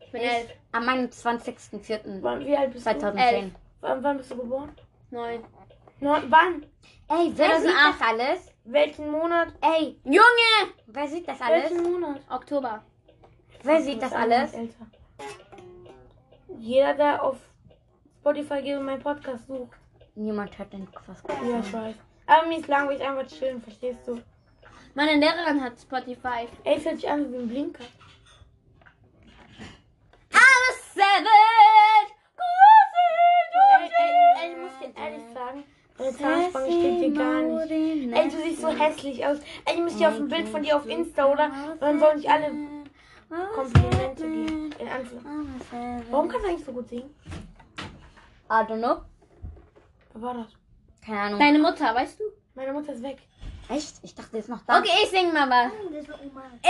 S3: Ich bin 11.
S2: Am 21.04.2010.
S1: Wann, wie alt bist du?
S3: Elf.
S1: Wann, wann bist du geboren?
S3: 9.
S1: Neun- wann?
S2: Ey,
S3: Wer
S2: wer
S3: sieht
S2: sieht das alles?
S1: Welchen Monat?
S2: Ey,
S3: Junge!
S2: wer sieht das
S1: Welchen
S2: alles?
S1: Monat?
S3: Oktober.
S2: Wer sieht das alles?
S1: Älter. Jeder, der auf Spotify geht und meinen Podcast sucht.
S2: Niemand hört den Podcast.
S1: Ja, ich weiß. Aber mir ist langweilig, einfach chillen, verstehst du?
S3: Meine Lehrerin hat Spotify.
S1: Ey, es hört sich an wie ein Blinker.
S3: I'm a savage!
S1: Ey, ey, ey, ich muss dir ehrlich sagen, deine Zahnspange steht dir gar nicht. Ey, du siehst so hässlich aus. Ey, ich muss dir auf ein Bild von dir auf Insta, oder? Dann sollen sich alle Komplimente geben. In Anführungszeichen. Warum kannst du eigentlich so gut singen?
S2: I don't know.
S1: Wer war das?
S2: Keine Ahnung.
S3: Deine Mutter, weißt du?
S1: Meine Mutter ist weg.
S2: Echt? Ich dachte, jetzt noch da.
S3: Okay, ich sing mal was.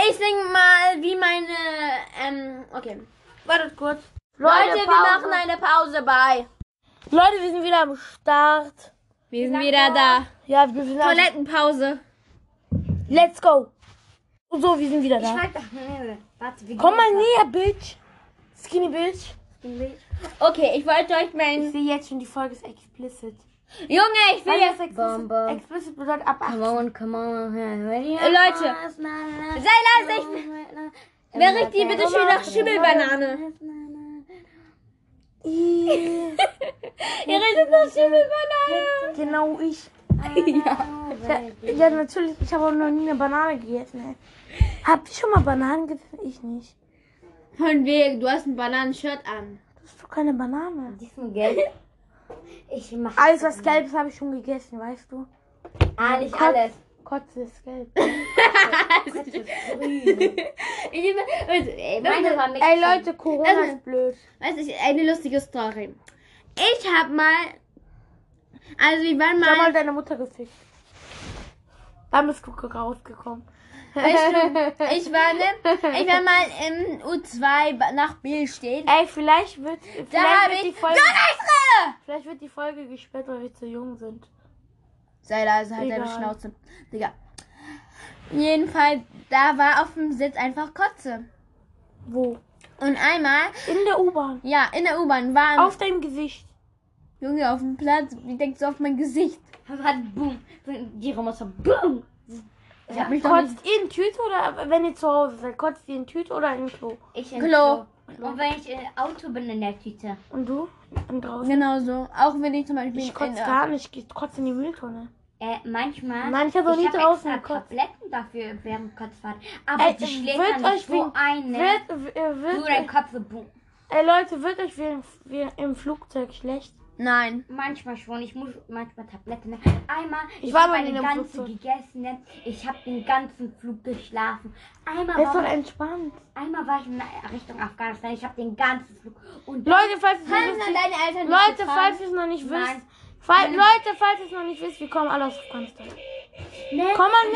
S3: Ich sing mal wie meine. Ähm, okay.
S1: Wartet kurz.
S3: Leute, wir machen eine Pause bei.
S1: Leute, wir sind wieder am Start.
S3: Wir sind wieder da.
S1: Ja, wir sind am
S3: Toilettenpause.
S1: Let's go. Und so, wir sind wieder da.
S2: Warte, wie
S1: Komm mal näher, Bitch. Skinny Bitch.
S3: Okay, ich wollte euch meinen.
S1: sehe jetzt schon, die Folge ist explicit.
S3: Junge, ich will jetzt.
S2: Bombe.
S1: Explicit bedeutet ab 18.
S2: Come on, come on.
S3: Leute, Sei leise, ich will.
S2: Äh,
S3: Wer riecht die bitte schön nach Schimmelbanane?
S2: Ihr redet noch viel mit Banane.
S1: Genau ich.
S2: Ja.
S1: Ja, ja, natürlich. Ich habe auch noch nie eine Banane gegessen. Ey. Habt ihr schon mal Bananen gegessen? Ich nicht.
S3: Von wegen, du hast ein Bananenshirt an.
S1: Das ist doch keine Banane.
S2: Diesmal gelb. Ich mach
S1: Alles, was gelb ist, habe ich schon gegessen, weißt du?
S2: ah, nicht
S1: Kotz-
S2: alles.
S1: Kotze ist gelb.
S3: Ich liebe, also, ey,
S2: Meine
S3: meine,
S2: war mit
S1: Ey, Leute, Corona
S3: Also-
S1: ist blöd.
S3: weiß ich, eine lustige Story. Ich hab mal, also wir waren
S1: Ich habe mal
S3: mal,
S1: deine Mutter gefickt. Dann bist du rausgekommen.
S3: ich war, ne, ich war mal im U2 ba- nach Billstedt.
S1: Ey, vielleicht wird, vielleicht
S3: Da hab
S1: wird die
S3: ich,
S1: Folge,
S3: Sonneisrille!
S1: vielleicht wird die Folge gesperrt, weil wir zu jung sind.
S3: Sei leise, halt deine
S1: Egal.
S3: Schnauze. Digga. Jedenfalls, da war auf dem Sitz einfach Kotze.
S1: Wo?
S3: Und einmal,
S1: In der U-Bahn.
S3: ja, in der U-Bahn war ein
S1: Auf deinem Gesicht.
S3: Junge auf dem Platz. Wie denkst du auf mein Gesicht?
S2: Hat boom. Die Romosa boom.
S3: Ich hab mich doch nicht
S1: Kotzt ihr in Tüte oder wenn ihr zu Hause seid? Kotzt ihr in Tüte oder in Klo?
S2: Ich in
S3: Klo.
S2: Und wenn ich im Auto bin in der Tüte.
S1: Und du? Und draußen?
S3: Genau so. Auch wenn ich zum Beispiel.
S1: Ich
S3: in äh,
S1: kotze
S3: der-
S1: gar nicht. Ich kotze in die Mülltonne.
S2: Äh, manchmal.
S1: Nein, ich hab noch nie draußen
S2: extra
S1: gekotzt.
S2: Tabletten dafür während Kotzfahrt. Aber
S1: Ey,
S2: die schlägt
S1: wird
S2: man
S1: euch
S2: nicht so
S1: wegen-
S2: ein. ne?
S1: Wird, äh,
S2: Du, dein
S1: wird,
S2: Kopf wird boom.
S1: ey Leute, wird euch wie im, wie im Flugzeug schlecht?
S3: Nein.
S2: Manchmal schon, ich muss manchmal Tabletten. Ne? Einmal,
S1: Ich war
S2: hab
S1: noch nie in
S2: eine
S1: einem
S2: ganze
S1: Flugzeug.
S2: gegessen, ne? ich habe den ganzen Flug geschlafen. Einmal
S1: Das ist doch
S2: war,
S1: entspannt.
S2: einmal war ich in Richtung Afghanistan, ich habe den ganzen Flug. Und
S1: Leute, falls ihr es
S3: Haben
S1: nicht
S3: dann
S1: wisst,
S3: deine Eltern nicht
S1: Leute,
S3: gefragt?
S1: falls ihr es noch nicht wisst,
S2: Nein.
S1: fall, Leute, falls ihr es noch nicht wisst, wir kommen alle aus Afghanistan.
S2: ne?
S1: Komm mal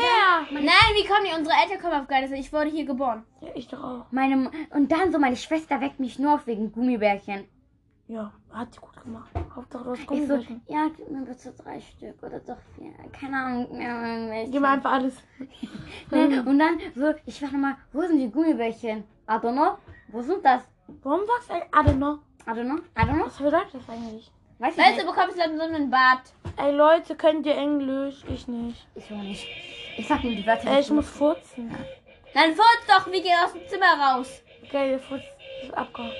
S1: näher!
S3: Nein, wie kommen die? Unsere Eltern kommen auf Geistes. Ich wurde hier geboren.
S1: Ja, ich doch auch.
S2: Meine, M- und dann so, meine Schwester weckt mich nur auf wegen Gummibärchen.
S1: Ja, hat sie gut gemacht. Hauptsache, du hast
S2: Ich so,
S1: Gummibärchen.
S2: ja, gib mir bitte drei Stück oder doch vier. Keine Ahnung mehr. welche.
S1: Gib mir einfach alles.
S2: Ne? Und dann so, ich war nochmal, wo sind die Gummibärchen? I don't know. Wo sind das?
S1: Warum sagst du eigentlich Adeno?
S2: I don't know. I don't know.
S1: Was bedeutet das eigentlich?
S2: Weiß ich
S3: Weißt
S2: nicht.
S3: du, bekommst dann so einen Bart.
S1: Ey Leute, könnt ihr Englisch? Ich nicht.
S2: Ich auch nicht. Ich sag nur die Wörter.
S1: Ey, ich muss furzen.
S3: Dann furzt doch, wir gehen aus dem Zimmer raus.
S1: Okay, der Furz ist abgehauen.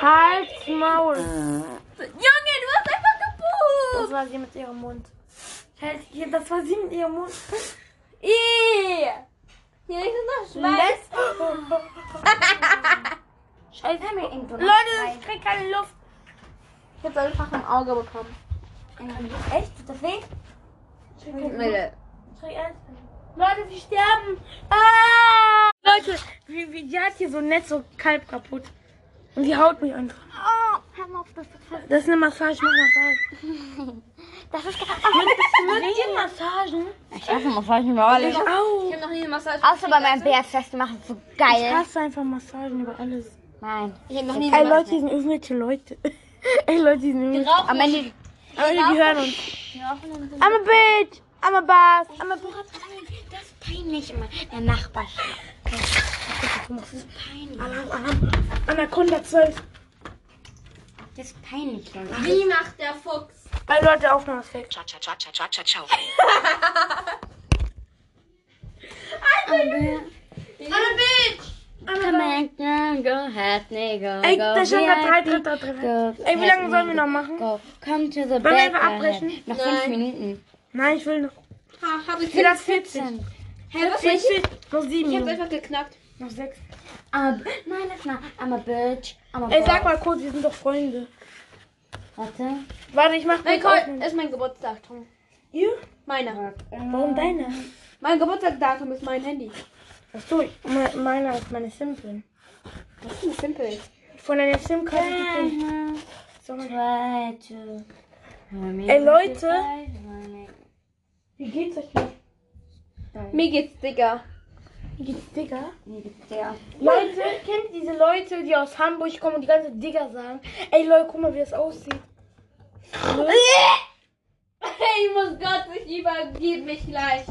S1: Halt Maul!
S3: Junge, du hast einfach gepupst.
S1: Das war sie mit ihrem Mund. Scheiße, das war sie mit ihrem Mund.
S3: Ih. Hier riecht es nach Schweiß.
S1: Scheiße.
S3: Leute, ich krieg keine Luft.
S1: Ich hab's einfach im Auge bekommen.
S2: Echt? Tut das weh?
S1: Leute, wir sterben! Ah! Leute, wie, wie, die hat hier so ein Netz so kalb kaputt. Und die haut mich einfach.
S2: Oh, hör auf, das
S1: Das ist eine Massage, ich mach Massage.
S2: Das ist gerade.
S1: Mit den Massagen?
S2: Ich hasse Massagen über alles.
S1: Ich auch.
S3: Ich hab noch nie eine Massage.
S2: Außer bei meinem BFF, die machen so
S1: Ich
S2: geil.
S1: hasse einfach Massagen über alles.
S2: Nein.
S3: Ich hab noch nie
S1: Ey, Leute, hier sind irgendwelche Leute. Ey, Leute, hier sind irgendwelche
S3: Rauch
S2: Am Ende.
S1: Leute, die hören uns. I'm a bitch! I'm a boss! I'm a
S2: Das ist peinlich immer. Der Nachbarschaft. Das ist peinlich.
S1: Anaconda 12.
S2: Das ist peinlich, Leute.
S3: Wie macht der Fuchs?
S1: Ey, Leute, Aufnahme ist weg.
S4: Cha cha cha cha cha cha cha.
S3: I'm a bitch.
S2: Come on, girl, go ahead, nigga.
S1: Ey,
S2: go
S1: da stehen noch drei,
S2: VIP,
S1: drei, drei, drei.
S2: go
S1: Ey, wie lange
S2: ahead,
S1: sollen wir noch
S2: nigga,
S1: machen?
S2: Go. Come to the
S1: wir
S2: bed.
S1: einfach abbrechen?
S2: Noch fünf Minuten.
S1: Nein, ich will noch.
S3: Ha, hab ich
S1: Ich will das 40.
S3: Hä, was ich?
S1: 40. Noch 7
S3: Ich hab's
S1: Minuten.
S3: einfach geknackt.
S1: Noch 6.
S2: I'm a, b- nein, lass mal. I'm a bitch. I'm a
S1: Ey, sag
S2: bitch.
S1: mal kurz, wir sind doch Freunde.
S2: Warte.
S1: Warte, ich mach
S3: Mein
S1: kurz
S3: Gott,
S1: auf.
S3: ist mein Geburtstagdatum.
S1: Ihr?
S3: Meiner.
S1: Warum deine?
S3: Mein Geburtstagdatum ist mein Handy.
S1: Achso, me- meiner ist meine Sim-Pin.
S3: Das ist simpel.
S1: Von einer SIM-Karte gibt es. So, Mann.
S2: Try to.
S1: Ey, Leute. Wie geht's euch denn?
S3: Mir geht's, Digga.
S1: Wie geht's, Digga?
S2: Ja.
S1: Leute, kennt ihr diese Leute, die aus Hamburg kommen und die ganze Zeit Digga sagen? Ey, Leute, guck mal, wie das aussieht.
S3: Hey, ich muss Gott nicht übergeben, mich gleich.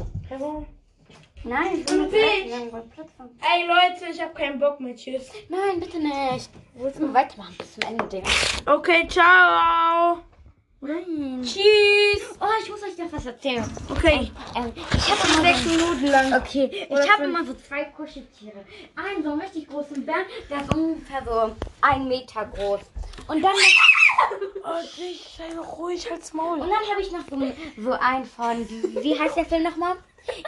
S2: Nein, ich will
S1: Ein
S2: mit Bitch.
S1: Ey, Leute, ich hab keinen Bock mehr. Tschüss.
S2: Nein, bitte nicht. Willst du mal weitermachen bis zum Ende, Digga?
S1: Okay, ciao.
S2: Nein.
S1: Tschüss.
S2: Oh, ich muss euch doch was erzählen.
S1: Okay,
S2: Ähm, ich habe immer
S1: sechs
S2: so,
S1: Minuten lang.
S2: okay,
S1: Oder
S2: ich habe
S1: fünf.
S2: immer so zwei Kuscheltiere. Einen so einen richtig großen Bären, der ist ungefähr so ein Meter groß. Und dann, und
S1: Oh, ich sei doch ruhig, halt's Maul.
S2: dann habe ich noch so, so einen von, wie heißt der Film nochmal?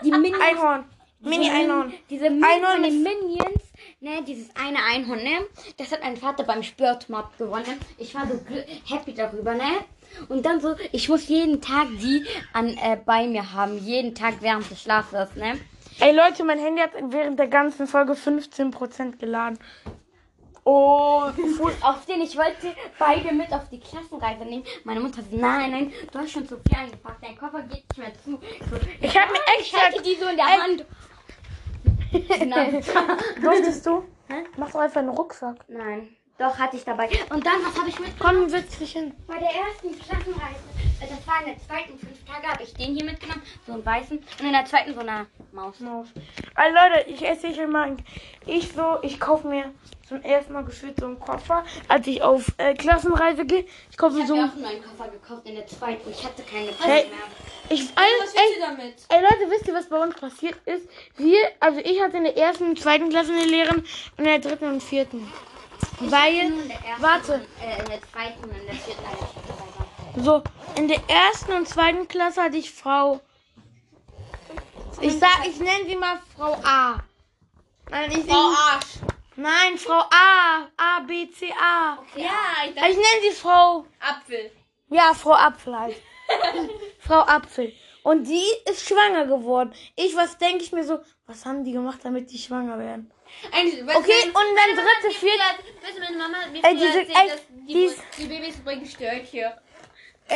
S2: Die Minions.
S1: Einhorn. Mini-Einhorn.
S2: Diese Minions
S1: Einhorn
S2: von den
S1: ist-
S2: Minions, ne, dieses eine Einhorn, ne, das hat mein Vater beim Spürtmob gewonnen. Ich war so gl- happy darüber, ne. Und dann so, ich muss jeden Tag die an, äh, bei mir haben, jeden Tag während des Schlafes, ne.
S1: Ey Leute, mein Handy hat während der ganzen Folge 15% geladen. Oh,
S2: Auf den ich wollte beide mit auf die Klassenreise nehmen. Meine Mutter so, nein, nein, du hast schon zu viel eingepackt, dein Koffer geht nicht mehr zu. So,
S1: ich hab mir
S2: ich
S1: extra...
S2: halte die so in der Hand. Nein.
S1: Durftest du? Mach doch einfach einen Rucksack.
S2: Nein, doch hatte ich dabei. Und dann, was habe ich mit?
S1: Komm, setz dich hin.
S2: Bei der ersten Klassenreise, äh, das war in der zweiten fünf Tage, habe ich den hier mitgenommen, so einen weißen, und in der zweiten so eine Maus.
S1: Maus. Also Leute, ich esse hier mal. ein- Ich so, ich kaufe mir zum ersten Mal gefühlt so einen Koffer, als ich auf äh, Klassenreise gehe. Ich kaufe mir
S2: Ich
S1: so
S2: habe mir auch
S1: einen.
S2: einen neuen Koffer gekauft in der zweiten und ich hatte keine
S1: Hey.
S2: Taschen mehr.
S1: Ich, ein,
S3: Was willst du
S1: ey,
S3: damit?
S1: ey Leute, wisst ihr, was bei uns passiert ist? Wir, also ich hatte in der ersten und zweiten Klasse eine Lehrerin und in der dritten und vierten. Weil,
S2: Nur in der ersten,
S1: warte.
S2: Äh, in der zweiten und in der vierten hatte ich schon dabei.
S1: so, in der ersten und zweiten Klasse hatte ich Frau. Ich sag, ich nenne sie mal Frau A. Nein, ich,
S3: Oh, Arsch.
S1: nein, Frau A. A, B, C, A.
S3: Ja, ich dachte,
S1: Ich nenne sie Frau.
S3: Apfel.
S1: Ja, Frau Apfel halt. Frau Apfel. Und die ist schwanger geworden. Ich, was denke ich mir so, was haben die gemacht, damit die schwanger werden?
S3: Eigentlich, weißt
S1: Okay,
S3: du,
S1: und dann dritte, vierte.
S3: Ja, weißt du, meine Mama hat mir
S1: Ey,
S3: früher
S1: diese-
S3: erzählt,
S1: ey,
S3: dass die,
S1: dies-
S3: die Babys bringen Störche.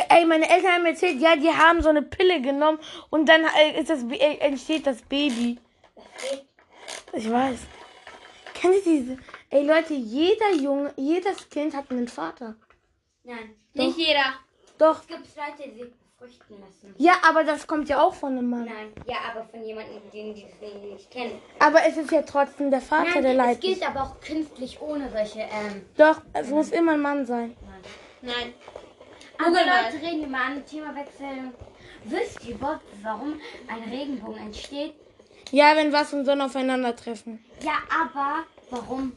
S1: Ey, meine Eltern haben mir erzählt, ja, die haben so eine Pille genommen und dann äh, ist das, Ba- äh, entsteht das Baby. Ich weiß. Kennt ihr diese? Ey, Leute, jeder Junge, jedes Kind hat einen Vater.
S2: Nein,
S3: Nicht jeder.
S1: Doch.
S2: es gibt Leute, die befruchten lassen.
S1: Ja, aber das kommt ja auch von einem Mann.
S2: Nein, ja, aber von jemandem, den die den die nicht kennen.
S1: Aber es ist ja trotzdem der Vater,
S2: Nein,
S1: der
S2: es
S1: leidet.
S2: gilt aber auch künstlich ohne solche, ähm,
S1: Doch, es muss immer ein Mann sein.
S3: Nein.
S2: andere
S3: Google mal.
S2: Leute reden immer an, Thema wechseln. Wisst ihr überhaupt, warum ein Regenbogen entsteht?
S1: Ja, wenn was und Sonne aufeinandertreffen.
S2: Ja, aber warum?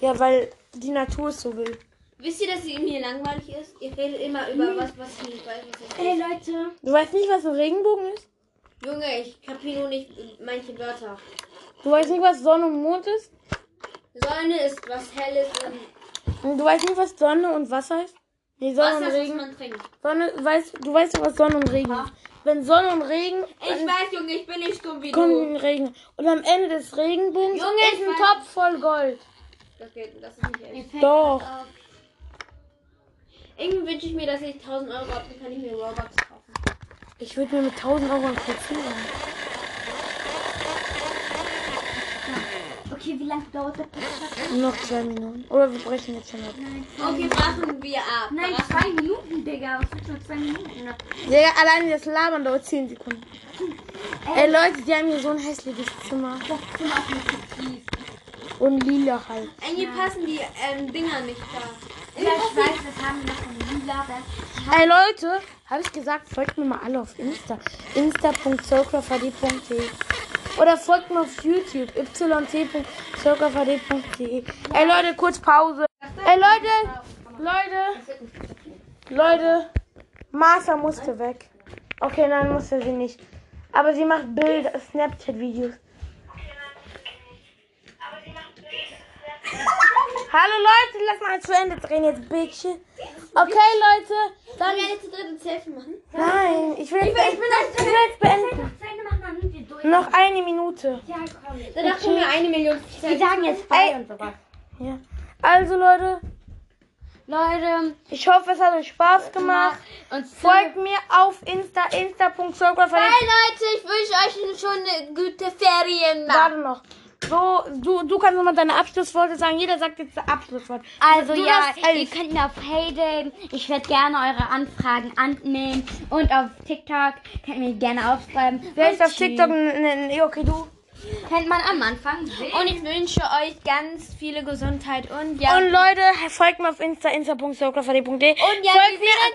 S1: Ja, weil die Natur es so will.
S3: Wisst ihr, dass es mir langweilig ist? Ihr redet immer über was, was ich nicht weiß, was ich
S2: Hey Leute,
S1: Du weißt nicht, was ein Regenbogen ist?
S3: Junge, ich kapiere nur nicht manche Wörter.
S1: Du weißt nicht, was Sonne und Mond ist?
S3: Sonne ist was Helles und
S1: Und du weißt nicht, was Sonne und Wasser ist? Nee, Sonne
S3: Wasser,
S1: und
S3: was
S1: Regen.
S3: man trinkt.
S1: Sonne, weißt, du weißt doch, was Sonne und Regen ist. Wenn Sonne und Regen,
S3: Ich weiß, Junge, ich bin nicht dumm wie
S1: kommt
S3: du.
S1: ein Regen. Und am Ende des Regenbogens
S3: Junge,
S1: ist
S3: ich
S1: ein
S3: weiß-
S1: Topf voll Gold.
S3: Das, geht, das ist nicht echt.
S2: mir fällt
S1: Doch.
S2: was auf.
S3: Irgendwie wünsche ich mir, dass ich 1000 Euro habe, dann kann ich mir Robux kaufen.
S1: Ich würde mir mit 1000 Euro ein PC machen.
S2: Okay, wie lange dauert der Podcast?
S1: Noch zwei Minuten. Oder wir brechen jetzt schon ab.
S3: Okay, machen wir ab.
S2: Nein, zwei Minuten, Digga. Was willst du mit zwei Minuten? noch?
S1: Ja, allein das Labern dauert 10 Sekunden. Ey, Leute, die haben hier so ein hässliches Zimmer.
S2: Äh. Das Zimmer ist mir zu tief.
S1: Und lila halt.
S3: Irgendwie passen die ähm, Dinger nicht da.
S2: Ja, ich weiß, das haben wir von Lila. das-
S1: Hey Leute, habe ich gesagt, folgt mir mal alle auf Insta. insta.circlevd.de Oder folgt mir auf YouTube. yt.circlevd.de Ey Leute, kurz Pause. Ey Leute, Leute, Leute. Martha musste weg. Okay, nein, musste sie nicht. Aber sie macht Bilder, Snapchat-Videos. Hallo Leute, lass mal zu Ende drehen jetzt, Bitches. Okay, Leute, dann...
S3: Wollen wir alle zu dritt ein Selfie machen?
S1: Nein, ich will, jetzt, ich will, ich will jetzt beenden.
S2: Das eine machen wir nicht durch.
S1: Noch eine Minute.
S2: Ja, komm. Wir
S3: Danach können wir eine Million Selfies
S2: sagen jetzt bye
S1: Ey.
S2: und sowas.
S1: Ja. Also Leute,
S2: Leute,
S1: ich hoffe, es hat euch Spaß gemacht.
S2: und
S1: Folgt mir auf Insta, insta.circlevd.
S3: Leute, ich wünsche euch schon eine gute Ferien.
S1: Warte noch. So, du, du kannst nochmal deine Abschlussworte sagen. Jeder sagt jetzt das Abschlusswort.
S2: Also
S1: Du
S2: ja,
S1: darfst
S2: ihr
S1: elf.
S2: könnt mir auf Heyday, ich werde gerne eure Anfragen annehmen und auf TikTok könnt ihr mir gerne aufschreiben.
S1: Wer
S2: Und
S1: ist auf
S2: tschüss.
S1: TikTok? Nee, nee, okay, du.
S2: Kennt man am Anfang. sehen.
S3: Und ich wünsche euch ganz viele Gesundheit und ja.
S1: Und Leute, folgt mir auf Insta, insta.circlevd.de. Und folgt
S3: ja, wir sehen
S1: mir
S3: uns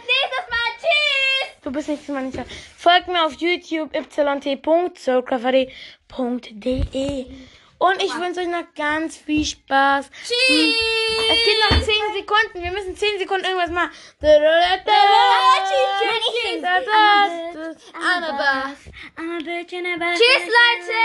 S3: nächstes Mal. Tschüss!
S1: Du bist nächstes Mal nicht da. Folgt mir auf YouTube
S5: e.
S1: yt.soulcafé.de. Und ich wünsche euch noch ganz viel Spaß. Tschüss.
S5: Es geht noch 10 Sekunden. Wir müssen 10 Sekunden irgendwas machen.
S1: I'm a bitch and a bitch. Cheers, Leute!